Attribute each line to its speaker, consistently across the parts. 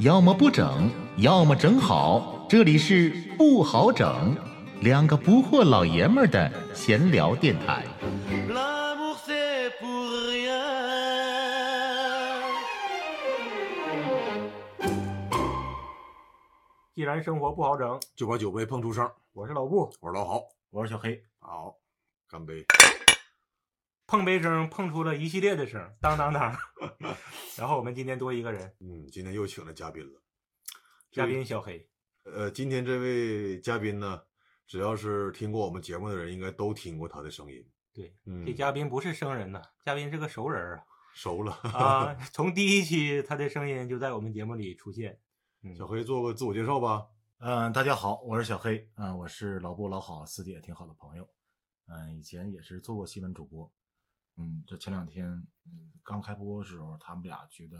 Speaker 1: 要么不整，要么整好。这里是不好整，两个不惑老爷们儿的闲聊电台。
Speaker 2: L'amour c'est pour rien.
Speaker 3: 既然生活不好整，
Speaker 4: 就把酒杯碰出声儿。
Speaker 3: 我是老布，
Speaker 4: 我是老郝，
Speaker 5: 我是小黑，
Speaker 4: 好，干杯！
Speaker 3: 碰杯声碰出了一系列的声，当当 当。然后我们今天多一个人，
Speaker 4: 嗯，今天又请了嘉宾了。
Speaker 3: 嘉宾小黑，
Speaker 4: 呃，今天这位嘉宾呢，只要是听过我们节目的人，应该都听过他的声音。
Speaker 3: 对，
Speaker 4: 嗯，
Speaker 3: 这嘉宾不是生人呐，嘉宾是个熟人儿
Speaker 4: 熟了。
Speaker 3: 啊。啊，从第一期他的声音就在我们节目里出现。嗯，
Speaker 4: 小黑做个自我介绍吧。
Speaker 5: 嗯、大家好，我是小黑，嗯、我是老布老好私底下挺好的朋友，嗯、以前也是做过新闻主播，嗯，这前两天嗯刚开播的时候，他们俩觉得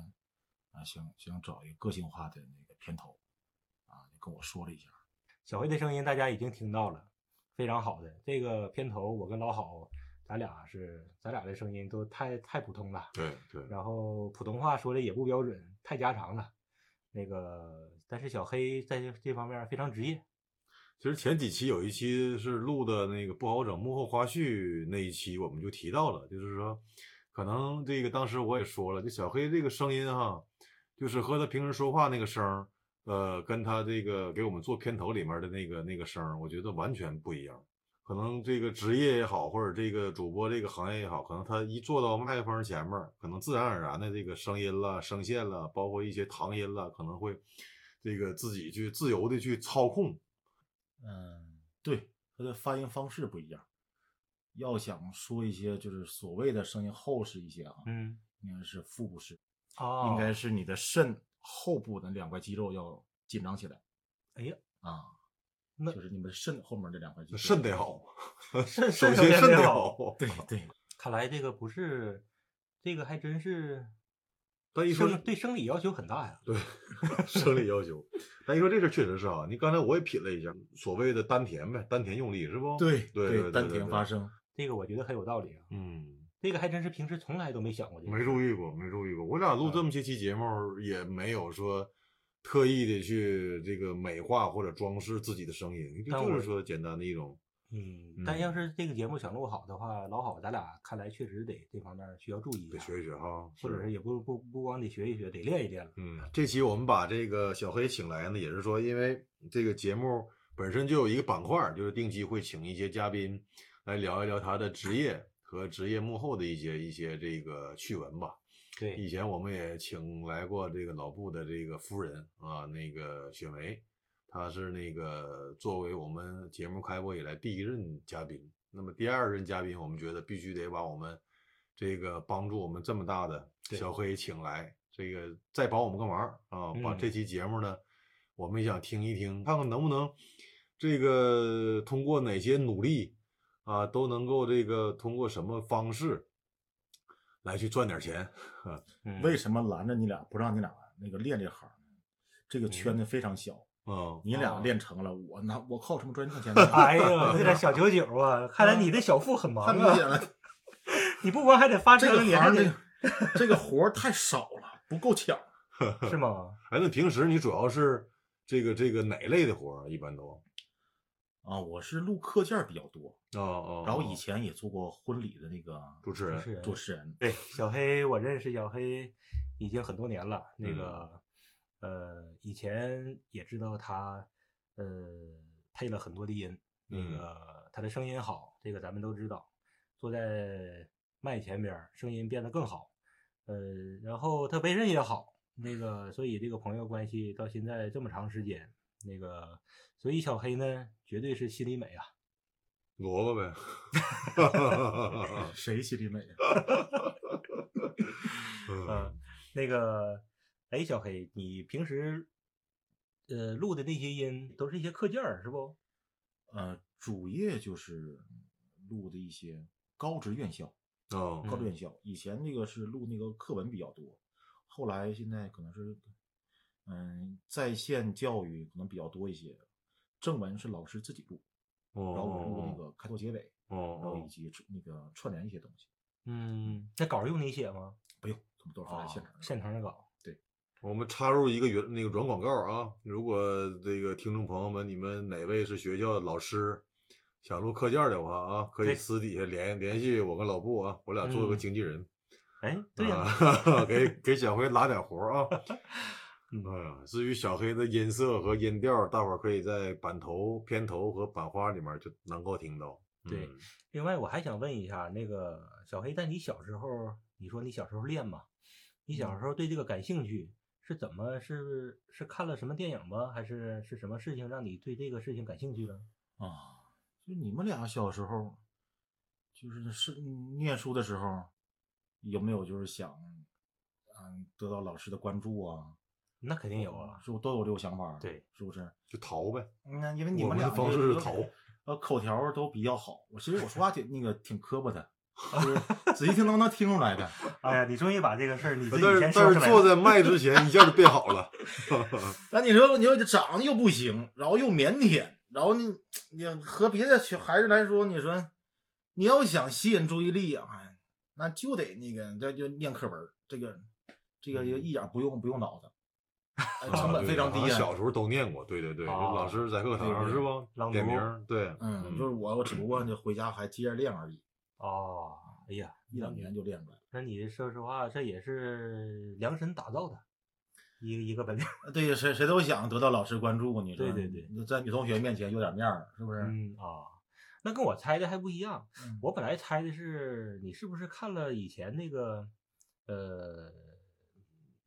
Speaker 5: 啊、想想找一个个性化的那个片头，啊就跟我说了一下，
Speaker 3: 小黑的声音大家已经听到了，非常好的。这个片头我跟老郝，咱俩是咱俩的声音都太太普通了。
Speaker 4: 对对，
Speaker 3: 然后普通话说的也不标准，太家常了。那个，但是小黑在这这方面非常职业。
Speaker 4: 其实前几期有一期是录的那个不好整幕后花絮那一期，我们就提到了，就是说，可能这个当时我也说了，就小黑这个声音哈，就是和他平时说话那个声儿，呃，跟他这个给我们做片头里面的那个那个声儿，我觉得完全不一样。可能这个职业也好，或者这个主播这个行业也好，可能他一坐到麦克风前面儿，可能自然而然的这个声音啦、声线啦，包括一些糖音啦，可能会这个自己去自由的去操控。
Speaker 5: 嗯，对，它的发音方式不一样。要想说一些就是所谓的声音厚实一些啊，
Speaker 3: 嗯，
Speaker 5: 应该是腹部式，
Speaker 3: 哦，
Speaker 5: 应该是你的肾后部的两块肌肉要紧张起来。
Speaker 3: 哎呀，
Speaker 5: 啊，
Speaker 3: 那
Speaker 5: 就是你们肾后面这两块肌肉，
Speaker 4: 肾得好，
Speaker 3: 肾
Speaker 4: 首
Speaker 3: 肾首
Speaker 4: 先
Speaker 3: 先
Speaker 4: 肾
Speaker 3: 得
Speaker 4: 得
Speaker 3: 好
Speaker 4: 好。
Speaker 5: 对对，
Speaker 3: 看来这个不是，这个还真是
Speaker 4: 但一说
Speaker 3: 生对生理要求很大呀。
Speaker 4: 对生理要求，但一说这事儿确实是啊。你刚才我也品了一下，所谓的丹田呗，丹田用力是不？
Speaker 5: 对
Speaker 4: 对对，
Speaker 5: 丹
Speaker 4: 对
Speaker 5: 田发，声，
Speaker 3: 这个我觉得很有道理啊。
Speaker 4: 对嗯，
Speaker 3: 这个还真是平时从来都没想过这个。
Speaker 4: 没注意过，没注意过。我俩录这么些期节目，也没有说特意的去这个美化或者装饰自己的声音，
Speaker 3: 但
Speaker 4: 就
Speaker 3: 我
Speaker 4: 是说简单的一种。
Speaker 3: 嗯，但要是这个节目想录好的话，老郝，咱俩看来确实得这方面需要注意一
Speaker 4: 得
Speaker 3: 下，
Speaker 4: 学一学哈，
Speaker 3: 或者
Speaker 4: 是
Speaker 3: 是也不不不光得学一学，得练一练了。
Speaker 4: 嗯，这期我们把这个小黑请来呢，也是说，因为这个节目本身就有一个板块儿，就是定期会请一些嘉宾来聊一聊他的职业和职业幕后的一些一些这个趣闻吧。以
Speaker 3: 对，
Speaker 4: 前我们也请来过这个老布的这个夫人啊，那个雪梅，她是那个作为我们节目开播以来第一任嘉宾。那么第二任嘉宾，我们觉得必须得把我们这个帮助我们这么大的
Speaker 3: 对
Speaker 4: 小黑请来，这个再帮我们个忙啊，把
Speaker 3: 嗯
Speaker 4: 这期节目呢，我们也想听一听，看看能不能这个通过哪些努力啊，都能够这个通过什么方式来去赚点钱。
Speaker 3: 嗯
Speaker 5: 为什么拦着你俩不让你俩那个练这行呢？这个圈子非常小，
Speaker 4: 嗯，
Speaker 5: 你俩
Speaker 3: 哦？
Speaker 5: 练成了，我那我靠什么专业挣钱呢
Speaker 3: 哎呀， 这点小九九啊，看来你的小腹很忙
Speaker 5: 太明
Speaker 3: 啊！
Speaker 5: 显了，
Speaker 3: 你不光还得发
Speaker 5: 这
Speaker 3: 车，
Speaker 5: 个
Speaker 3: 你
Speaker 5: 行
Speaker 3: 还
Speaker 5: 儿
Speaker 3: 得
Speaker 5: 这个这个活儿太少了，不够抢。
Speaker 3: 是吗？
Speaker 4: 哎，那平时你主要是这个这个哪类的活儿啊？一般都
Speaker 5: 啊，我是录课件儿比较多，
Speaker 4: 哦哦
Speaker 5: 然后以
Speaker 4: 哦
Speaker 5: 前也做过婚礼的那个
Speaker 4: 主持
Speaker 3: 就
Speaker 4: 人，
Speaker 3: 是
Speaker 5: 主持人，
Speaker 3: 对小黑，我认识小黑已经很多年了。那个呃，以前也知道他呃配了很多的音，那
Speaker 4: 嗯
Speaker 3: 个他的声音好，这个咱们都知道。坐在麦前边儿，声音变得更好。呃，然后他为人也好，那个所以这个朋友关系到现在这么长时间，那个所以小黑呢，绝对是心里美啊。
Speaker 4: 萝卜呗。
Speaker 5: 谁心里美啊？
Speaker 4: 嗯，
Speaker 3: 那个，哎，小黑，你平时呃录的那些音都是一些课件儿是不？
Speaker 5: 呃，主业就是录的一些高职院校，
Speaker 4: 哦，
Speaker 5: 高职
Speaker 3: 嗯
Speaker 5: 院校。以前那个是录那个课文比较多，后来现在可能是，嗯，在线教育可能比较多一些。正文是老师自己录，然后我录那
Speaker 4: 哦
Speaker 5: 个开头结尾，
Speaker 4: 哦
Speaker 5: 然后以
Speaker 4: 哦，
Speaker 5: 及串那个串联一些东西，
Speaker 3: 嗯，那稿儿用你写吗？哦
Speaker 5: 不用，都是发在现场的。
Speaker 3: 现成的稿。
Speaker 5: 对，
Speaker 4: 我们插入一个原那个软广告啊，如果这个听众朋友们，你们哪位是学校老师，想录课件儿的话啊，可以
Speaker 3: 对
Speaker 4: 私底下联联系我跟老布啊，我俩做个
Speaker 3: 嗯
Speaker 4: 经纪人，
Speaker 3: 哎，对 呀、
Speaker 4: 啊 给给小黑拉点活儿啊。
Speaker 3: 嗯
Speaker 4: 哎呀，至于小黑的音色和音调，大伙儿可以在版头、片头和版花里面儿就能够听到。
Speaker 3: 对
Speaker 4: 嗯
Speaker 3: 另外，我还想问一下，那个小黑，在你小时候，你说你小时候练嘛？你小时候对这个感兴趣，是怎么是是看了什么电影吗？还是是什么事情让你对这个事情感兴趣了？
Speaker 5: 啊，就你们俩小时候，就是是嗯念书的时候，有没有就是想，嗯，得到老师的关注啊？
Speaker 3: 那肯定有啊，
Speaker 5: 是不是都有这个想法？
Speaker 3: 对，
Speaker 5: 是不是？
Speaker 4: 就逃呗，
Speaker 5: 嗯那因为你
Speaker 4: 我
Speaker 5: 们
Speaker 4: 们
Speaker 5: 俩
Speaker 4: 的方
Speaker 5: 这
Speaker 4: 式是
Speaker 5: 个
Speaker 4: 逃。
Speaker 5: 呃，口条儿都比较好。我其实我说话挺那个挺磕巴的，就是 仔细听都能听出来的。
Speaker 3: 哎呀，你终于把这个事儿你自
Speaker 4: 但
Speaker 3: 己
Speaker 4: 是
Speaker 3: 先说
Speaker 4: 但
Speaker 3: 出
Speaker 4: 是
Speaker 3: 来
Speaker 4: 坐
Speaker 3: 了。
Speaker 4: 在麦之前一下就变好了。
Speaker 5: 但你说你说这长得又不行，然后又腼腆，然后你你和别的小孩子来说，你说你要想吸引注意力啊，哎那就得那个这就念课文儿，这个这个一点儿不用不用 脑子，哎
Speaker 4: 嗯啊
Speaker 5: 成本
Speaker 4: 对
Speaker 5: 非常
Speaker 4: 好
Speaker 5: 低啊。
Speaker 4: 像小时候都念过，对对对，
Speaker 3: 啊
Speaker 4: 老师在课
Speaker 5: 对
Speaker 4: 堂
Speaker 5: 对
Speaker 4: 是吧？
Speaker 3: 朗
Speaker 4: 点
Speaker 3: 读
Speaker 4: 名儿，对，
Speaker 5: 嗯，就是我，我只不过就回家还接着练而已，
Speaker 3: 哦，哎呀，
Speaker 5: 一两年就练出来了。
Speaker 3: 那你说实话，这也是量身打造的一个一个本领。
Speaker 5: 对，谁谁都想得到老师关注，你说
Speaker 3: 对对对，
Speaker 5: 你在女同学面前有点面儿，是不是？
Speaker 3: 嗯啊，那跟我猜的还不一样。
Speaker 5: 嗯
Speaker 3: 我本来猜的是你是不是看了以前那个呃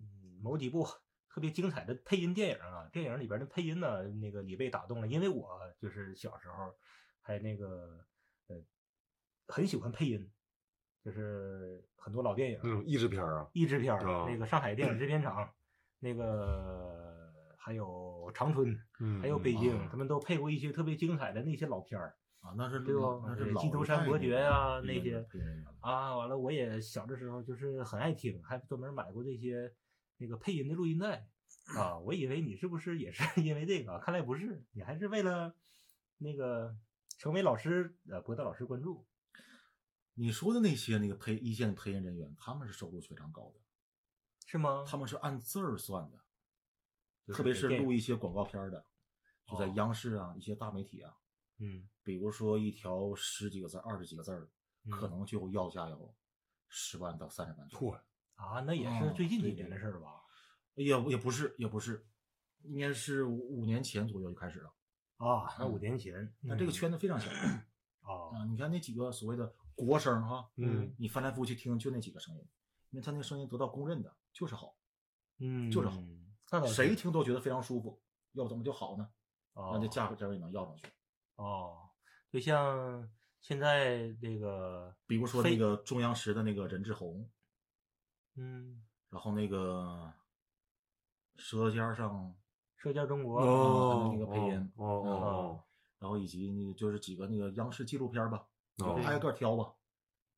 Speaker 3: 嗯某几部特别精彩的配音电影啊，电影里边的配音呢，那个你被打动了，因为我就是小时候还那个呃很喜欢配音，就是很多老电影
Speaker 4: 那种译制片儿啊，
Speaker 3: 译制片儿，
Speaker 5: 哦
Speaker 4: 啊
Speaker 3: 那个上海电影制片厂，那个还有长春，
Speaker 4: 嗯，
Speaker 3: 还有北京，
Speaker 5: 啊
Speaker 3: 他们都配过一些特别精彩的那些老片儿。
Speaker 5: 啊，那是
Speaker 3: 对
Speaker 5: 老
Speaker 3: 吧
Speaker 5: 那
Speaker 3: 呃
Speaker 5: 是老
Speaker 3: 鸡头山伯爵
Speaker 5: 啊
Speaker 3: 啊那些啊，完了，我也小的时候就是很爱听，还专门买过这些那个配音的录音带啊。我以为你是不是也是因为这个啊，看来不是，你还是为了那个成为老师，呃，博得老师关注。
Speaker 5: 你说的那些那个配一线的配音人员，他们是收入非常高的，
Speaker 3: 是吗？
Speaker 5: 他们是按字儿算的，
Speaker 3: 嗯就
Speaker 5: 特别
Speaker 3: 给
Speaker 5: 是
Speaker 3: 电
Speaker 5: 录
Speaker 3: 影，
Speaker 5: 一些广告片儿的，就在
Speaker 3: 哦
Speaker 5: 央视啊、一些大媒体啊，
Speaker 3: 嗯，
Speaker 5: 比如说一条十几个字儿、二十几个字儿，可
Speaker 3: 嗯
Speaker 5: 能就要价有十万到三十万左右。
Speaker 4: 嚯，
Speaker 3: 啊，那也是
Speaker 5: 哦
Speaker 3: 最近几
Speaker 5: 对
Speaker 3: 年
Speaker 5: 对
Speaker 3: 的事儿吧？
Speaker 5: 也也不是，也不是，应该是五五年前左右就开始了。
Speaker 3: 啊，那五
Speaker 5: 嗯
Speaker 3: 年前，
Speaker 5: 那这个
Speaker 3: 嗯
Speaker 5: 圈子非 常小啊，
Speaker 3: 啊，
Speaker 5: 你看那几个所谓的国声哈，
Speaker 4: 嗯，
Speaker 5: 你翻来覆去听就那几个声音，因为他那声音得到公认的就是好。
Speaker 3: 嗯，
Speaker 5: 就是好
Speaker 3: 那倒是
Speaker 5: 谁听都觉得非常舒服，要怎么就好呢？那
Speaker 3: 啊
Speaker 5: 这价格也能要上去。
Speaker 3: 哦，就像现在这个，
Speaker 5: 比如说那
Speaker 3: 非
Speaker 5: 个中央十的那个任志宏，
Speaker 3: 嗯，
Speaker 5: 然后那个《舌尖上
Speaker 3: 《射雕中国》
Speaker 5: 哦那个配
Speaker 4: 哦
Speaker 5: 音
Speaker 4: 哦哦
Speaker 5: 嗯
Speaker 4: 哦》，
Speaker 5: 然后以及那个就是几个那个央视纪录片儿吧，就
Speaker 4: 哦
Speaker 5: 挨个挑吧，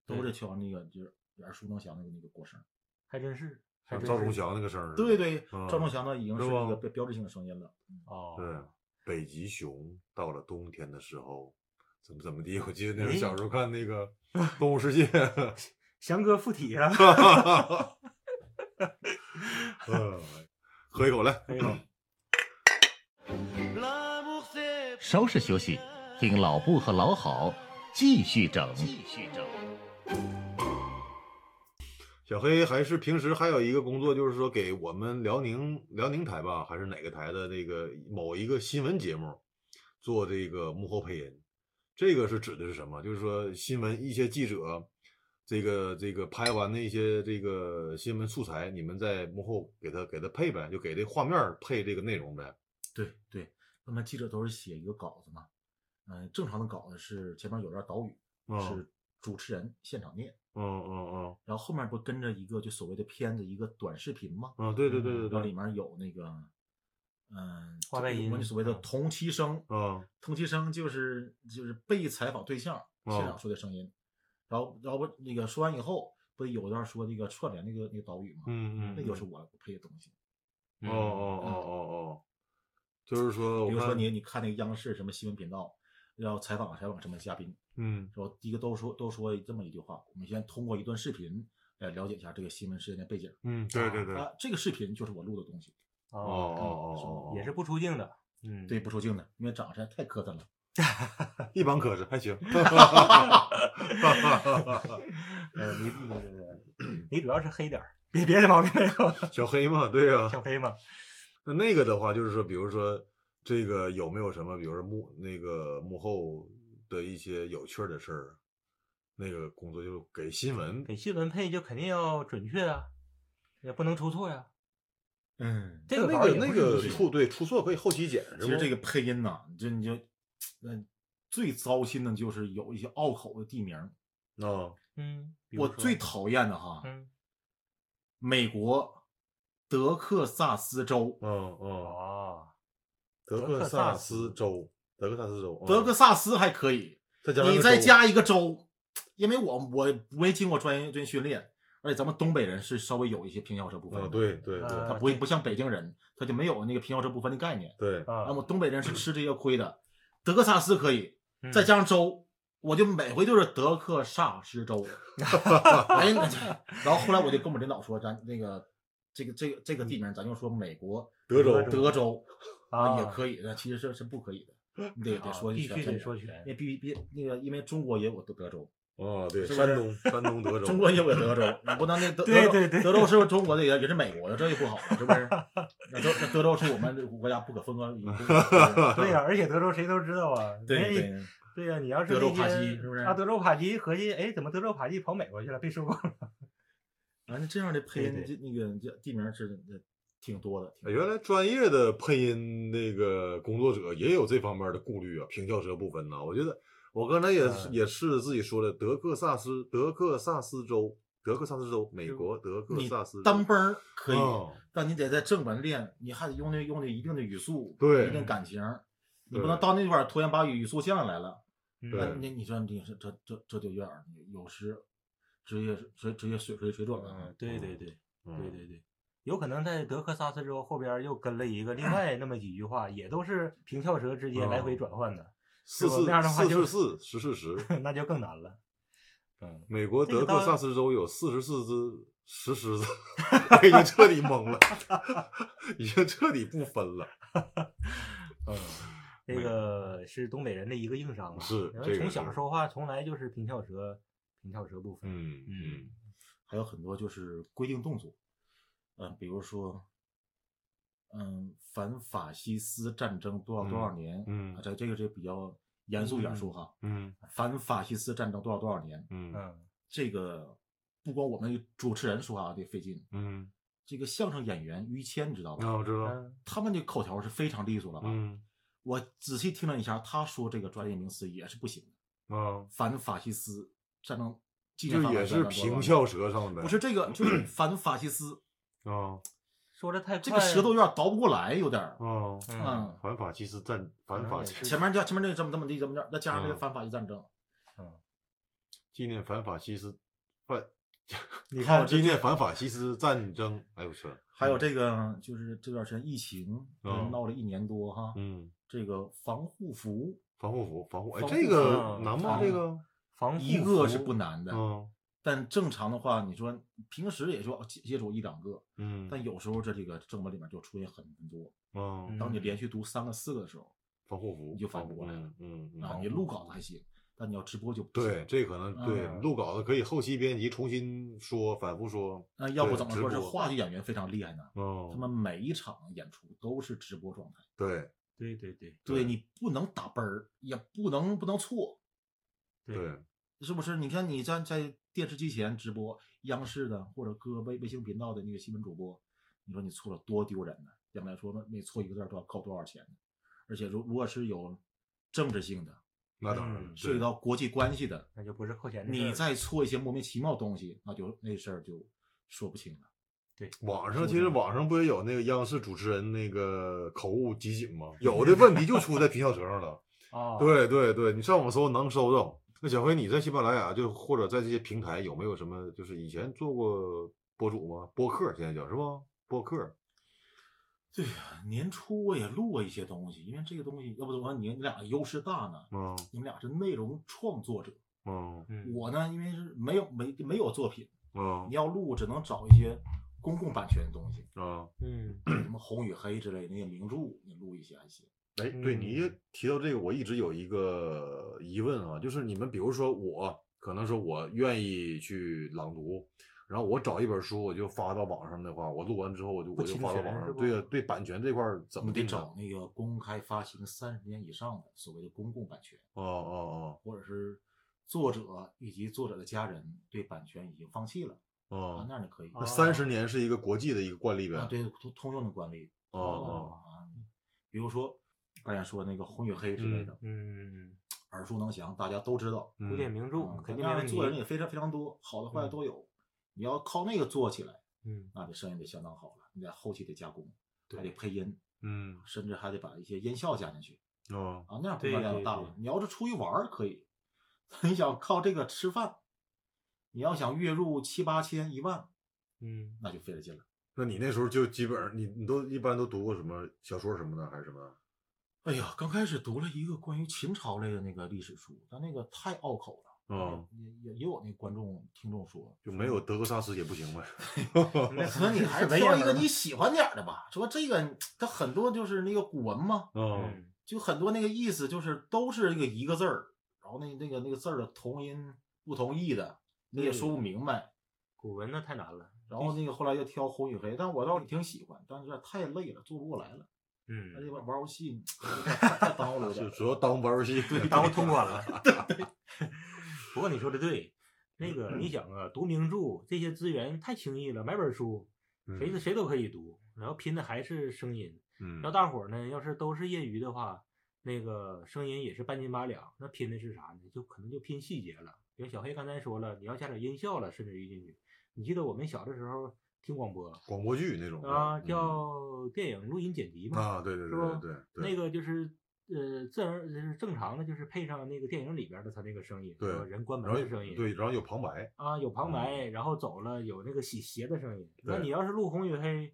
Speaker 5: 都
Speaker 3: 对
Speaker 5: 得挑那个就是耳熟能详的那个过声。
Speaker 3: 还真是，还
Speaker 4: 像
Speaker 3: 真
Speaker 4: 赵
Speaker 3: 是
Speaker 4: 忠祥那个声儿似的，
Speaker 5: 对对，
Speaker 4: 嗯
Speaker 5: 赵忠祥呢已经
Speaker 4: 是
Speaker 5: 是那
Speaker 4: 吧
Speaker 5: 个标标志性的声音了。
Speaker 3: 哦，
Speaker 4: 对，北极熊到了冬天的时候，怎么怎么地？我 记得那时候
Speaker 3: 哎
Speaker 4: 小时候看那个《动物世界》，
Speaker 3: 翔哥附体啊，
Speaker 4: 嗯， 喝一口来，
Speaker 3: 哎呦，
Speaker 2: L'amour c'est
Speaker 1: 稍事休息，听老布和老好继续整。继续整。
Speaker 4: 小黑还是平时还有一个工作，就是说给我们辽宁辽宁台吧，还是哪个台的这个某一个新闻节目做这个幕后配音。这个是指的是什么？就是说新闻一些记者，这个这个拍完的一些这个新闻素材，你们在幕后给他给他配呗，就给这画面儿配这个内容呗。
Speaker 5: 对对，那么记者都是写一个稿子嘛，嗯、正常的稿子是前面有段导语，
Speaker 4: 嗯
Speaker 5: 是主持人现场念，
Speaker 4: 嗯嗯嗯
Speaker 5: 然后后面不跟着一个就所谓的片子一个短视频吗？
Speaker 4: 嗯，对对对对
Speaker 5: 然后
Speaker 4: 对，
Speaker 5: 里面有那个，嗯，
Speaker 3: 话
Speaker 5: 就
Speaker 3: 外
Speaker 5: 是我
Speaker 3: 音
Speaker 5: 们所谓的
Speaker 4: 啊
Speaker 3: 嗯
Speaker 5: 同期声，
Speaker 4: 嗯
Speaker 5: 同期声就是就是被采访对象现
Speaker 4: 嗯
Speaker 5: 场说的声音，然后然后不那个说完以后，不有一段说那个串联那个那个岛屿吗？
Speaker 4: 嗯嗯，
Speaker 5: 那就是我配的东西，
Speaker 4: 哦哦哦哦哦，就是说，
Speaker 5: 嗯比如
Speaker 4: 我
Speaker 5: 说
Speaker 4: 看
Speaker 5: 你你看那个央视什么新闻频道，要采访啊采访什么嘉宾，
Speaker 4: 嗯
Speaker 5: 然后第一个都说都说这么一句话，我们先通过一段视频来了解一下这个新闻事件的背景。
Speaker 4: 嗯，对对对，
Speaker 5: 啊，这个视频就是我录的东西，
Speaker 4: 哦
Speaker 3: 哦，
Speaker 4: 哦哦，
Speaker 3: 也是不出镜的，嗯，
Speaker 5: 对，，不出镜的，因为长得实在太磕碜了。
Speaker 4: 一帮可是还行，
Speaker 3: 呃，你你你主要是黑点儿，别别的毛病没有，
Speaker 4: 小黑嘛，对呀、
Speaker 3: 小黑嘛，
Speaker 4: 那那个的话，就是说，比如说这个有没有什么，比如说幕那个幕后的一些有趣儿的事儿，那个工作就给新闻
Speaker 3: 给新闻配就肯定要准确啊，也不能出错呀、
Speaker 5: 嗯，
Speaker 3: 这个
Speaker 4: 那
Speaker 3: 稿儿
Speaker 4: 个
Speaker 3: 也
Speaker 4: 那
Speaker 3: 不是
Speaker 4: 个
Speaker 3: 不行
Speaker 4: 出对出错可以后期剪，是
Speaker 5: 其实
Speaker 4: 不
Speaker 5: 这个配音呐、你就你就，嗯，最糟心的就是有一些拗口的地名儿，
Speaker 4: 哦，
Speaker 3: 嗯，比如
Speaker 5: 我
Speaker 3: 说
Speaker 5: 最讨厌的哈，
Speaker 3: 嗯
Speaker 5: 美国德克萨斯州，
Speaker 4: 嗯嗯，
Speaker 3: 哦，
Speaker 4: 德
Speaker 3: 德
Speaker 4: 克
Speaker 3: 克
Speaker 4: 萨
Speaker 3: 萨
Speaker 4: 斯
Speaker 3: 斯
Speaker 4: 州，德克萨斯州，
Speaker 5: 德
Speaker 4: 嗯
Speaker 5: 克萨斯还可以，
Speaker 4: 再加上
Speaker 5: 你
Speaker 4: 个
Speaker 5: 再
Speaker 4: 州
Speaker 5: 加一个州，因为我我没经过专业专业训练，而且咱们东北人是稍微有一些平翘舌不分的，
Speaker 4: 嗯，对对对
Speaker 5: 他
Speaker 3: 呃
Speaker 5: 不会不像北京人，他就没有那个平翘舌不分的概念。
Speaker 4: 对，
Speaker 3: 啊，
Speaker 5: 那么东北人是吃这个亏的，德克萨斯可以，
Speaker 3: 嗯
Speaker 5: 再加上州，我就每回就是德克萨斯 州。哎，那然后后来我就跟我们领导说，咱那个这个这个这个地名，咱就说美国
Speaker 4: 德州
Speaker 5: 德州
Speaker 3: 啊
Speaker 5: 也可以，那其实是是不可以的，你得得
Speaker 3: 啊
Speaker 5: 说
Speaker 3: 必
Speaker 5: 全
Speaker 3: 须
Speaker 5: 全
Speaker 3: 得
Speaker 5: 名
Speaker 3: 说
Speaker 5: 因
Speaker 3: 全，
Speaker 5: 为必须必那个，因为中国也有德德州，
Speaker 4: 哦对，
Speaker 5: 是不
Speaker 4: 山
Speaker 5: 是
Speaker 4: 东山东德州，
Speaker 5: 中国也有德州， 你不能那德
Speaker 3: 对
Speaker 5: 德州
Speaker 3: 对对
Speaker 5: 德州是中国的也也是美国的，这就不好了，是不 是？那德那德州是我们这个国家不可分割的一部分。
Speaker 3: 对呀、而且德州谁都知道啊，
Speaker 5: 对
Speaker 3: 没
Speaker 5: 对，
Speaker 3: 对呀、你要是
Speaker 5: 德州
Speaker 3: 那
Speaker 5: 扒
Speaker 3: 些
Speaker 5: 鸡是不是
Speaker 3: 啊，德州扒鸡合计，哎，怎么德州扒鸡跑美国去了，被收购了？
Speaker 5: 反正啊这样的配音
Speaker 3: 对对哎
Speaker 5: 这那个这地名是呃挺多的。挺多的
Speaker 4: 原来专业的配音那个工作者也有这方面的顾虑啊，平翘舌不分呐、我觉得我刚才也是、
Speaker 3: 嗯
Speaker 4: 也是自己说的，德克萨斯德克萨斯州，德克萨斯州，美国德克
Speaker 5: 你
Speaker 4: 萨斯州
Speaker 5: 单蹦儿可以，
Speaker 4: 哦
Speaker 5: 但你得在正文练，你还得用那用那一定的语速，
Speaker 4: 对
Speaker 5: 一定感情，你
Speaker 4: 对
Speaker 5: 不能到那块儿突然把语速降下来了。那
Speaker 4: 对
Speaker 3: 嗯
Speaker 5: 你你说你说这这这就有点儿有失职业职职业水水水准了啊
Speaker 3: 嗯，。对对对对
Speaker 4: 嗯
Speaker 3: 对对，有可能在德克萨斯州后边又跟了一个另外那么几句话，也都是平翘舌直接来回转换的，
Speaker 4: 四
Speaker 3: 如果
Speaker 4: 四
Speaker 3: 那样的话
Speaker 4: 四
Speaker 3: 就
Speaker 4: 四四十四 十，
Speaker 3: 那就更难了。嗯，
Speaker 4: 美国
Speaker 3: 这个
Speaker 4: 德克
Speaker 3: 当
Speaker 4: 萨斯州有四十四只石 狮子，我已经彻底懵了， 已经彻底不分了，
Speaker 3: 嗯，这个是东北人的一个硬伤啊，
Speaker 4: 是
Speaker 3: 然后
Speaker 4: 这个
Speaker 3: 从
Speaker 4: 是
Speaker 3: 小说话从来就是平翘舌，平翘舌不分。
Speaker 4: 嗯嗯，
Speaker 5: 还有很多就是规定动作，嗯、比如说，嗯，反法西斯战争多少多少年，
Speaker 4: 嗯嗯
Speaker 5: 啊这这个是比较严肃点说哈，
Speaker 4: 嗯
Speaker 5: 反法西斯战争多少多少年，
Speaker 4: 嗯
Speaker 3: 嗯
Speaker 5: 这个不光我们主持人说话得费劲，
Speaker 4: 嗯，
Speaker 5: 这个相声演员于谦你知道吧？
Speaker 4: 那我知道，
Speaker 3: 嗯
Speaker 5: 他们的口条是非常利索了吧？
Speaker 4: 啊嗯
Speaker 5: 我仔细听了一下，他说这个专业名词也是不行的，
Speaker 4: 啊，
Speaker 5: 反法西斯战争纪念
Speaker 4: 就
Speaker 5: 反法
Speaker 4: 也
Speaker 5: 西斯战争多
Speaker 4: 是
Speaker 5: 少
Speaker 4: 平
Speaker 5: 年
Speaker 4: 翘舌上的，
Speaker 5: 啊
Speaker 4: 嗯
Speaker 5: 不是这个，就是反法西斯，
Speaker 4: 啊
Speaker 3: 说的太快，
Speaker 5: 这个舌头有点倒不过来，有点儿。
Speaker 4: 啊，
Speaker 3: 嗯
Speaker 5: 嗯，
Speaker 4: 反法西斯战反
Speaker 3: 嗯
Speaker 4: 法
Speaker 3: 也
Speaker 4: 西
Speaker 3: 是
Speaker 5: 前面叫前面这个这么这么地这么着，再加上这个
Speaker 4: 嗯
Speaker 5: 反法西战争，
Speaker 3: 嗯
Speaker 4: 纪念反法西斯反，
Speaker 5: 你看
Speaker 4: 纪念反法西斯战争，哎呦我去，
Speaker 5: 还有这个就是这段时间疫情
Speaker 4: 嗯
Speaker 5: 闹了一年多哈，
Speaker 4: 嗯，
Speaker 5: 这个防护服
Speaker 4: 防护服防护，哎，
Speaker 5: 防护
Speaker 4: 这
Speaker 5: 服啊
Speaker 4: 个
Speaker 3: 嗯
Speaker 4: 难吗？
Speaker 5: 防
Speaker 4: 这个，
Speaker 3: 防护
Speaker 5: 一个是
Speaker 3: 服
Speaker 5: 不难的，
Speaker 4: 嗯
Speaker 5: 但正常的话，你说平时也就哦接接触一两个，
Speaker 4: 嗯
Speaker 5: 但有时候这这个正文里面就出现很多。
Speaker 4: 嗯，
Speaker 5: 当你
Speaker 3: 嗯
Speaker 5: 连续读三个四个的时候
Speaker 4: 防护服
Speaker 5: 你就反不过来了
Speaker 4: 嗯嗯嗯
Speaker 5: 啊，你录稿子还行，但你要直播就不
Speaker 4: 对，
Speaker 5: 行。
Speaker 4: 这可能对
Speaker 3: 嗯
Speaker 4: 录稿子可以后期编辑重新说，反复说。
Speaker 5: 那啊要不
Speaker 4: 对
Speaker 5: 怎么
Speaker 4: 直
Speaker 5: 说是
Speaker 4: 播
Speaker 5: 话剧演员非常厉害呢？
Speaker 4: 嗯，
Speaker 5: 他们每一场演出都是直播状态，
Speaker 4: 对
Speaker 3: 对对对
Speaker 5: 对你不能打奔儿，也不能不能错，
Speaker 4: 对，
Speaker 5: 是不是？你看你在在电视机前直播央视的或者各卫卫星频道的那个新闻主播，你说你错了多丢人呢？要不然说每错一个字儿都要扣多少钱呢？而且如如果是有政治性的，
Speaker 4: 那当然
Speaker 3: 嗯
Speaker 5: 涉及
Speaker 4: 对
Speaker 5: 到国际关系的，
Speaker 3: 那就不是扣钱的事儿
Speaker 5: 你
Speaker 3: 了
Speaker 5: 再错一些莫名其妙的东西，那就那事儿就说不清了。
Speaker 4: 网
Speaker 5: 说
Speaker 4: 上其实
Speaker 5: 的
Speaker 4: 网上不也有那个央视主持人那个口误集锦吗？有的问题就出在皮小蛇上了。
Speaker 3: 啊，
Speaker 4: 对对对，你上网搜能搜到。那小黑，你在喜马拉雅就或者在这些平台有没有什么，就是以前做过博主吗？播客现在叫是吧？播客，
Speaker 5: 对呀，年初我也录过一些东西，因为这个东西，要不怎么你你俩优势大呢？
Speaker 4: 嗯
Speaker 5: 你们俩是内容创作者，
Speaker 4: 嗯
Speaker 3: 嗯，
Speaker 5: 我呢，因为是没有没没有作品，
Speaker 4: 嗯
Speaker 5: 你要录只能找一些公共版权的东西，
Speaker 4: 嗯，
Speaker 3: 嗯
Speaker 5: 什么红与黑之类的，那些名著你录一些还行。
Speaker 4: 哎，对你一
Speaker 3: 嗯
Speaker 4: 提到这个，我一直有一个疑问啊，就是你们比如说我，可能说我愿意去朗读，然后我找一本书，我就发到网上的话，我录完之后我就
Speaker 3: 不
Speaker 4: 我就
Speaker 3: 侵
Speaker 4: 发到
Speaker 3: 权
Speaker 4: 网
Speaker 3: 是
Speaker 4: 上，
Speaker 3: 不
Speaker 4: 对呀，对版权这块儿怎
Speaker 5: 你
Speaker 4: 么
Speaker 5: 得
Speaker 4: 定呢？哦
Speaker 5: 找那个公开发行三十年以上的所谓的公共版权，
Speaker 4: 哦哦
Speaker 5: 或者是作者以及作者的家人对版权已经放弃了，啊，
Speaker 4: 哦哦，
Speaker 5: 那你可以。
Speaker 4: 那
Speaker 3: 哦
Speaker 4: 三十年是一个国际的一个惯例呗？
Speaker 5: 啊，对，通通用的惯例。
Speaker 4: 哦哦
Speaker 5: 啊，比如说刚才说那个红与黑之类的，
Speaker 3: 嗯，
Speaker 5: 耳熟能详，大家都知道。
Speaker 3: 古典
Speaker 4: 嗯
Speaker 3: 名著
Speaker 5: 啊
Speaker 3: 肯定
Speaker 5: 那
Speaker 3: 没
Speaker 5: 样
Speaker 3: 问
Speaker 5: 的
Speaker 3: 题
Speaker 5: 作。人也嗯非常非常多，好的坏的都有。你要靠那个做起来，
Speaker 3: 嗯
Speaker 5: 那这声音得相当好了，你在后期得加工，还
Speaker 4: 对
Speaker 5: 得配音，
Speaker 4: 嗯
Speaker 5: 甚至还得把一些音效加进去
Speaker 4: 哦
Speaker 5: 啊，那样工作量
Speaker 3: 对
Speaker 5: 就大
Speaker 3: 对
Speaker 5: 了。你要是出去玩儿可以， 你想靠这个吃饭，你要想月入七八千一万，
Speaker 3: 嗯，
Speaker 5: 那就费了劲了。
Speaker 4: 那你那时候就基本上，你你都一般都读过什么小说什么的，还是什么？
Speaker 5: 哎呀，刚开始读了一个关于秦朝类的那个历史书，但那个太拗口了。
Speaker 4: 嗯，
Speaker 5: 也也也有那观众听众说，
Speaker 4: 就没有德克萨斯也不行 呗。哦
Speaker 5: 那你还是
Speaker 3: 没
Speaker 5: 挑一
Speaker 3: 影
Speaker 5: 个
Speaker 3: 儿
Speaker 5: 你喜欢点儿的吧。说这个，它很多就是那个古文嘛，
Speaker 4: 嗯
Speaker 3: 嗯
Speaker 5: 就很多那个意思就是都是那个一个字儿，然后那那个那个字儿的同音不同义的，你也
Speaker 3: 对
Speaker 5: 说不明白。
Speaker 3: 古文那太难了。
Speaker 5: 然后那个后来又挑红与黑，但我倒是挺喜欢，但是太累了，做不过来了。而且
Speaker 3: 嗯，
Speaker 5: 玩玩游戏太耽误了有点
Speaker 4: 就
Speaker 5: 儿。
Speaker 4: 主要当玩游戏，
Speaker 3: 耽误通关了。不过你说的对，那个你想啊，读名著这些资源太轻易了，买本书谁谁都可以读，然后拼的还是声音。
Speaker 4: 嗯
Speaker 3: 要大伙儿呢，要是都是业余的话，那个声音也是半斤八两，那拼的是啥呢？就可能就拼细节了。比如小黑刚才说了，你要加点音效了，甚至于进去。你记得我们小的时候听广播
Speaker 4: 广播剧那种
Speaker 3: 啊，
Speaker 4: 嗯
Speaker 3: 叫电影录音剪辑嘛，
Speaker 4: 啊，对对
Speaker 3: 是
Speaker 4: 对
Speaker 3: 吧
Speaker 4: 对对，
Speaker 3: 那个就是。呃，自然就是正常的，就是配上那个电影里边的他那个声音，
Speaker 4: 对
Speaker 3: 是吧人关门
Speaker 4: 然后
Speaker 3: 的声音，
Speaker 4: 对，然后有旁白，
Speaker 3: 啊，有旁白，然后走了有那个洗鞋的声音。那
Speaker 4: 对
Speaker 3: 你要是录红与黑，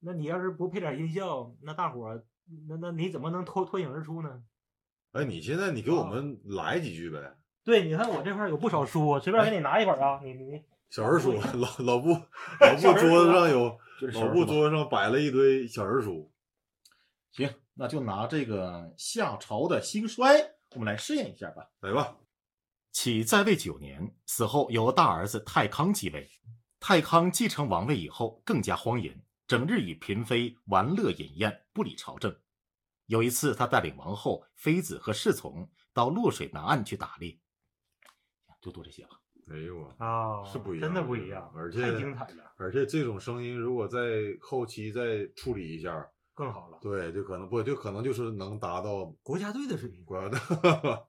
Speaker 3: 那你要是不配点音效，那大伙儿，那那你怎么能脱脱颖而出呢？
Speaker 4: 哎，你现在你给
Speaker 3: 哦
Speaker 4: 我们来几句呗。
Speaker 3: 对，你看我这块儿有不少书，随便给你拿一本啊，你你 你
Speaker 4: 小人书，老老 布老布桌子
Speaker 3: 啊
Speaker 4: 上有，
Speaker 5: 就是小说
Speaker 4: 老布
Speaker 5: 嘛
Speaker 4: 桌子上摆了一堆小人书。
Speaker 5: 行，那就拿这个夏朝的兴衰，我们来试验一下吧。
Speaker 4: 来吧，
Speaker 5: 启在位九年，死后由大儿子太康继位。太康继承王位以后，更加荒淫，整日与嫔妃玩乐饮宴，不理朝政。有一次，他带领王后、妃子和侍从到洛水南岸去打猎。就读这些吧。
Speaker 4: 哎呦我，
Speaker 3: 啊
Speaker 4: 是不一
Speaker 3: 真的
Speaker 4: 样
Speaker 3: 不
Speaker 4: 的
Speaker 3: 一样，
Speaker 4: 而
Speaker 3: 太
Speaker 4: 且
Speaker 3: 精彩了，
Speaker 4: 而且这种声音如果在后期再处理一下，
Speaker 3: 更好了，
Speaker 4: 对，就可能不就可能就是能达到
Speaker 3: 国家队的水平。
Speaker 4: 国家的，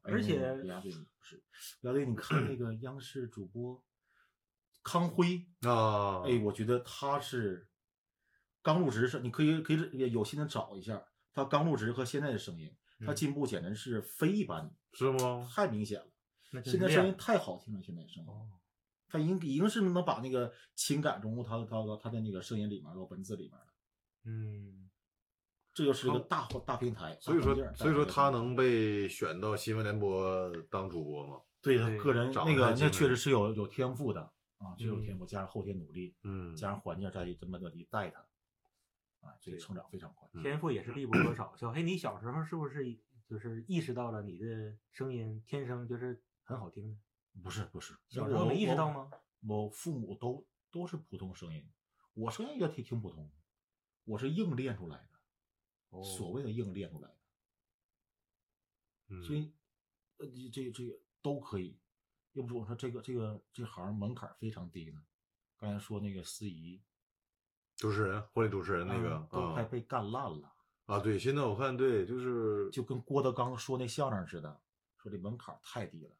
Speaker 3: 而且
Speaker 5: 国家队哎是国家队，你看那个央视主播康辉，
Speaker 4: 啊，
Speaker 5: 哎，我觉得他是刚入职是，你可以可以也有心的找一下他刚入职和现在的声音，他
Speaker 3: 嗯
Speaker 5: 进步简直是非一般的。
Speaker 4: 是吗？
Speaker 5: 太明显了，
Speaker 3: 那真
Speaker 5: 现在
Speaker 3: 是
Speaker 5: 声
Speaker 3: 亮
Speaker 5: 音太好听了，现在声音，
Speaker 3: 哦
Speaker 5: 他已经已经是能把那个情感融入他的他的他的那个声音里面到文字里面了，
Speaker 3: 嗯，
Speaker 5: 这就是一个大大平台。
Speaker 4: 所以
Speaker 5: 大环
Speaker 4: 说，
Speaker 5: 境
Speaker 4: 所以说
Speaker 5: 大平台
Speaker 4: 他。能被选到新闻联播当主播吗？
Speaker 5: 对他
Speaker 3: 对
Speaker 5: 个人
Speaker 4: 长
Speaker 5: 那
Speaker 4: 得
Speaker 5: 个
Speaker 4: 还
Speaker 5: 那
Speaker 4: 行
Speaker 5: 确实是有有天赋的啊，确实有天
Speaker 3: 嗯
Speaker 5: 赋，加上后天努力，
Speaker 4: 嗯
Speaker 5: 加上环境再这么的一带他，啊，所以
Speaker 3: 对
Speaker 5: 成长非常
Speaker 4: 嗯
Speaker 5: 快。
Speaker 3: 天赋也是必不可少。小黑，你小时候是不是就是意识到了你的声音天生就是很好听的？
Speaker 5: 不是不是，
Speaker 3: 小
Speaker 5: 我
Speaker 3: 时候
Speaker 5: 我
Speaker 3: 没意识到吗？
Speaker 5: 我父母都都是普通声音，我声音也挺挺普通，我是硬练出来的，
Speaker 3: 哦
Speaker 5: 所谓的硬练出来的。
Speaker 4: 嗯
Speaker 5: 所以，呃，这这这个都可以。要不说我说这个这个这行门槛非常低呢。刚才说那个司仪，
Speaker 4: 主持人，婚礼主持人那个
Speaker 5: 嗯都快
Speaker 4: 啊
Speaker 5: 被干烂了，
Speaker 4: 啊，对，现在我看对，就是
Speaker 5: 就跟郭德纲说那相声似的，说这门槛太低了。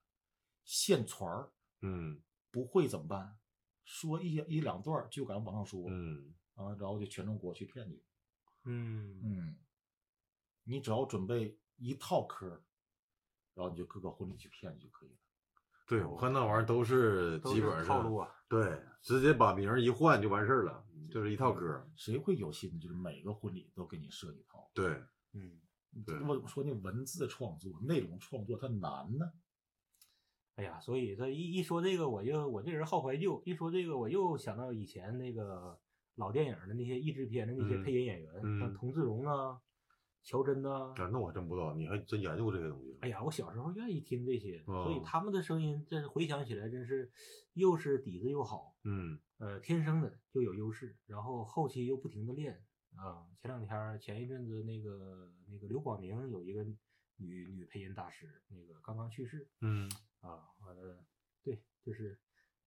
Speaker 5: 现传儿
Speaker 4: 嗯
Speaker 5: 不会怎么办？说一一两段儿就敢往上说，
Speaker 4: 嗯
Speaker 5: 啊，然后就全中国去骗你。
Speaker 3: 嗯，
Speaker 5: 嗯，你只要准备一套嗑儿，然后你就各个婚礼去骗你就可以了。
Speaker 4: 对我看那玩意儿都是
Speaker 6: 都
Speaker 4: 基本
Speaker 6: 是
Speaker 4: 上
Speaker 6: 套路啊。
Speaker 4: 对，直接把名儿一换就完事儿了，就是一套歌儿。
Speaker 5: 谁会有心？就是每个婚礼都给你设一套。
Speaker 4: 对，
Speaker 6: 嗯，
Speaker 4: 对
Speaker 5: 我说那文字创作、内容创作它难呢。
Speaker 3: 哎呀，所以他一一说这个，我就我这人好怀旧，一说这个我又想到以前那个老电影的那些译制片的那些
Speaker 4: 嗯
Speaker 3: 配音演员，像
Speaker 4: 嗯
Speaker 3: 童自荣啊、乔真呐、
Speaker 4: 啊，那我真不知道，你还真研究过这些东西？
Speaker 3: 哎呀，我小时候愿意听这些，所以
Speaker 4: 哦
Speaker 3: 他们的声音，这回想起来真是又是底子又好，
Speaker 4: 嗯
Speaker 3: 呃，天生的就有优势，然后后期又不停的练啊。前两天儿前一阵子那个那个刘广明有一个女女配音大师，那个刚刚去世
Speaker 4: 嗯，
Speaker 3: 啊，呃，对，就是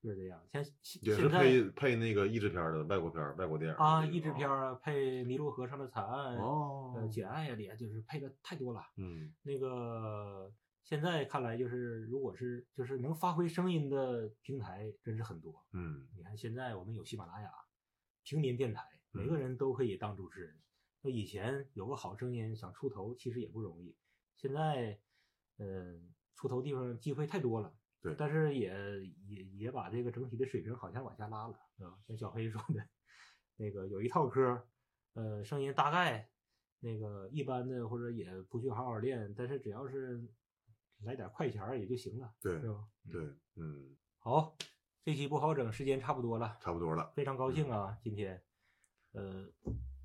Speaker 3: 就是这样。像现
Speaker 4: 也是
Speaker 3: 现在
Speaker 4: 配配那个译制片儿的外国片儿、外国电影儿
Speaker 3: 啊，
Speaker 4: 的这
Speaker 3: 译
Speaker 4: 个
Speaker 3: 制片儿啊，配《尼罗河上的惨案》呃，
Speaker 4: 哦
Speaker 3: 《，简爱》里啊，就是配的太多了。
Speaker 4: 嗯
Speaker 3: 那个现在看来，就是如果是就是能发挥声音的平台，真是很多。
Speaker 4: 嗯
Speaker 3: 你看现在我们有喜马拉雅平民电台，每个
Speaker 4: 嗯
Speaker 3: 人都可以当主持人。那以前有个好声音想出头，其实也不容易。现在，嗯，出头地方机会太多了。
Speaker 4: 对
Speaker 3: 但是也也也把这个整体的水平好像往下拉了，对吧？像小黑说的，那个有一套歌儿，呃，声音大概那个一般的或者也不去好好练，但是只要是来点快钱儿也就行了，
Speaker 4: 对
Speaker 3: 是吧？
Speaker 4: 对，嗯，
Speaker 3: 好，这期不好整，时间差不多了，
Speaker 4: 差不多了。
Speaker 3: 非常高
Speaker 4: 嗯
Speaker 3: 兴啊，今天，呃，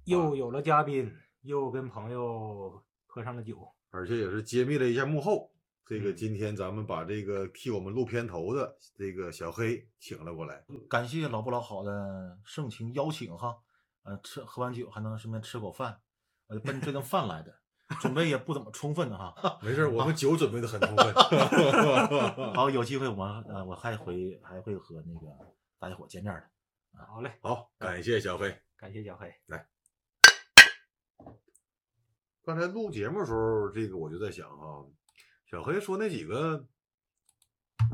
Speaker 3: 又有了嘉宾，又跟朋友喝上了酒，
Speaker 4: 而且也是揭秘了一下幕后。这个
Speaker 5: 嗯
Speaker 4: 今天咱们把这个替我们录片头的这个小黑请了过来，
Speaker 3: 嗯
Speaker 5: 感谢老不老好的盛情邀请哈，呃，吃喝完酒还能顺便吃口饭，我就奔这顿饭来的，准备也不怎么充分的哈。
Speaker 4: 没事
Speaker 3: 嗯
Speaker 4: 儿，我们酒准备的很 充分。
Speaker 5: 好，有机会我们呃我还回还会和那个大家伙见面的。
Speaker 3: 好嘞，
Speaker 4: 好，感谢小黑。
Speaker 3: 感谢小黑。
Speaker 4: 刚才录节目的时候，这个我就在想哈，小黑说那几个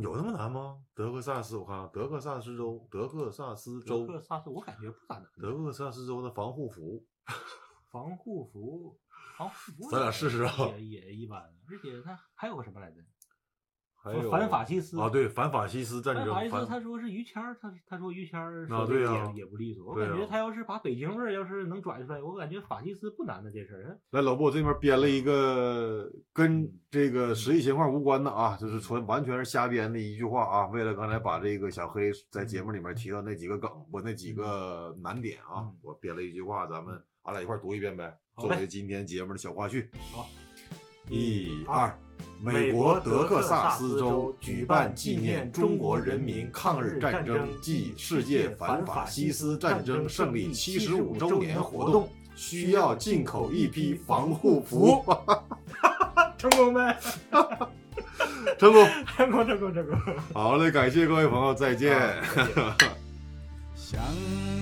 Speaker 4: 有那么难吗？德克萨斯，我看德克萨斯州，德克萨斯
Speaker 3: 德
Speaker 4: 州，
Speaker 3: 克萨斯我感觉不咋难，
Speaker 4: 德克萨斯州的防护服，
Speaker 3: 防护服，防护服
Speaker 4: 咱俩
Speaker 3: 也
Speaker 4: 试试啊
Speaker 3: 也也一般，而且他还有个什么来着？
Speaker 4: 还有
Speaker 3: 反法西斯
Speaker 4: 啊，对，反法西斯战
Speaker 3: 反
Speaker 4: 争，
Speaker 3: 法西斯
Speaker 4: 反
Speaker 3: 他说是于谦儿，他他说于谦儿说的
Speaker 4: 啊对
Speaker 3: 也、
Speaker 4: 呀
Speaker 3: 也不利索，我
Speaker 4: 对啊
Speaker 3: 感觉
Speaker 4: 呀
Speaker 3: 他要是把北京味儿要是能拽出来，我感觉法西斯不难的这事儿。
Speaker 4: 来，老布，我这边编了一个跟
Speaker 3: 嗯
Speaker 4: 这个实际情况无关的啊，就是纯完全是瞎编的一句话啊。为了刚才把这个小黑在节目里
Speaker 3: 嗯
Speaker 4: 面提到那几个梗，不那几个难点啊
Speaker 5: 嗯，
Speaker 4: 我编了一句话，咱们俺俩一块儿读一遍呗，
Speaker 3: 嗯好
Speaker 4: 作
Speaker 3: 嘞
Speaker 4: 为今天节目的小花絮。
Speaker 3: 好，
Speaker 4: 一
Speaker 3: 一
Speaker 4: 二
Speaker 3: 二，
Speaker 4: 美
Speaker 3: 美
Speaker 4: 国
Speaker 3: 国
Speaker 4: 德
Speaker 3: 德
Speaker 4: 克
Speaker 3: 克萨
Speaker 4: 萨斯
Speaker 3: 斯
Speaker 4: 州
Speaker 3: 州
Speaker 4: 举
Speaker 3: 举
Speaker 4: 办
Speaker 3: 办
Speaker 4: 纪
Speaker 3: 纪
Speaker 4: 念
Speaker 3: 念
Speaker 4: 中
Speaker 3: 中
Speaker 4: 国
Speaker 3: 国
Speaker 4: 人
Speaker 3: 人
Speaker 4: 民
Speaker 3: 民
Speaker 4: 抗
Speaker 3: 抗
Speaker 4: 日
Speaker 3: 日
Speaker 4: 战
Speaker 3: 战
Speaker 4: 争
Speaker 3: 争
Speaker 4: 暨
Speaker 3: 暨
Speaker 4: 世
Speaker 3: 世
Speaker 4: 界
Speaker 3: 界
Speaker 4: 反
Speaker 3: 反
Speaker 4: 法
Speaker 3: 法
Speaker 4: 西
Speaker 3: 西
Speaker 4: 斯
Speaker 3: 斯
Speaker 4: 战
Speaker 3: 战
Speaker 4: 争
Speaker 3: 争
Speaker 4: 胜
Speaker 3: 胜
Speaker 4: 利
Speaker 3: 利
Speaker 4: 七十五
Speaker 3: 75
Speaker 4: 周
Speaker 3: 周
Speaker 4: 年
Speaker 3: 年
Speaker 4: 活
Speaker 3: 活
Speaker 4: 动
Speaker 3: 动
Speaker 4: 需要进口一批防护服，
Speaker 3: 成功呗，
Speaker 4: 成功。
Speaker 3: 啊成功成功成功。
Speaker 4: 好嘞，感谢各位朋友，再见。
Speaker 6: 想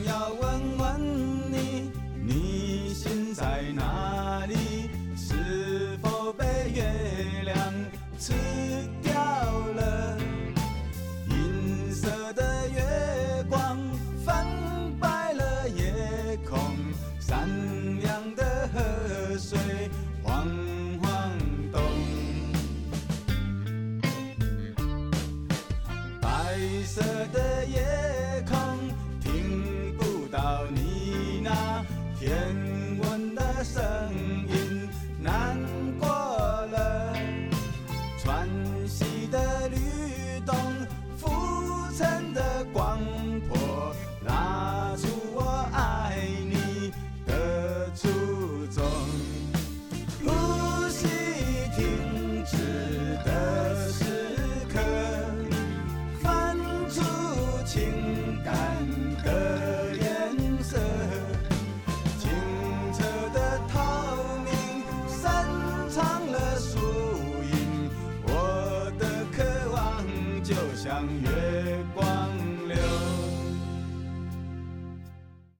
Speaker 6: 要问问你，你心在哪里？是否被月亮吃掉了？银色的月光翻白了夜空，善良的河水晃晃动。白色的夜空，听不到你那甜吻的声音，难过了。喘息的律动，浮沉的广坡，拉出我爱你的初衷。呼吸停止的时刻，翻出情感的颜色，清澈的透明，伸长了树荫，我的渴望就像月光